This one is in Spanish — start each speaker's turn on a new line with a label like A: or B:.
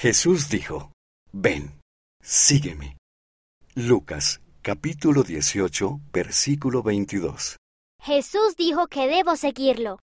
A: Jesús dijo, Ven, sígueme. Lucas capítulo 18, versículo 22.
B: Jesús dijo que debo seguirlo.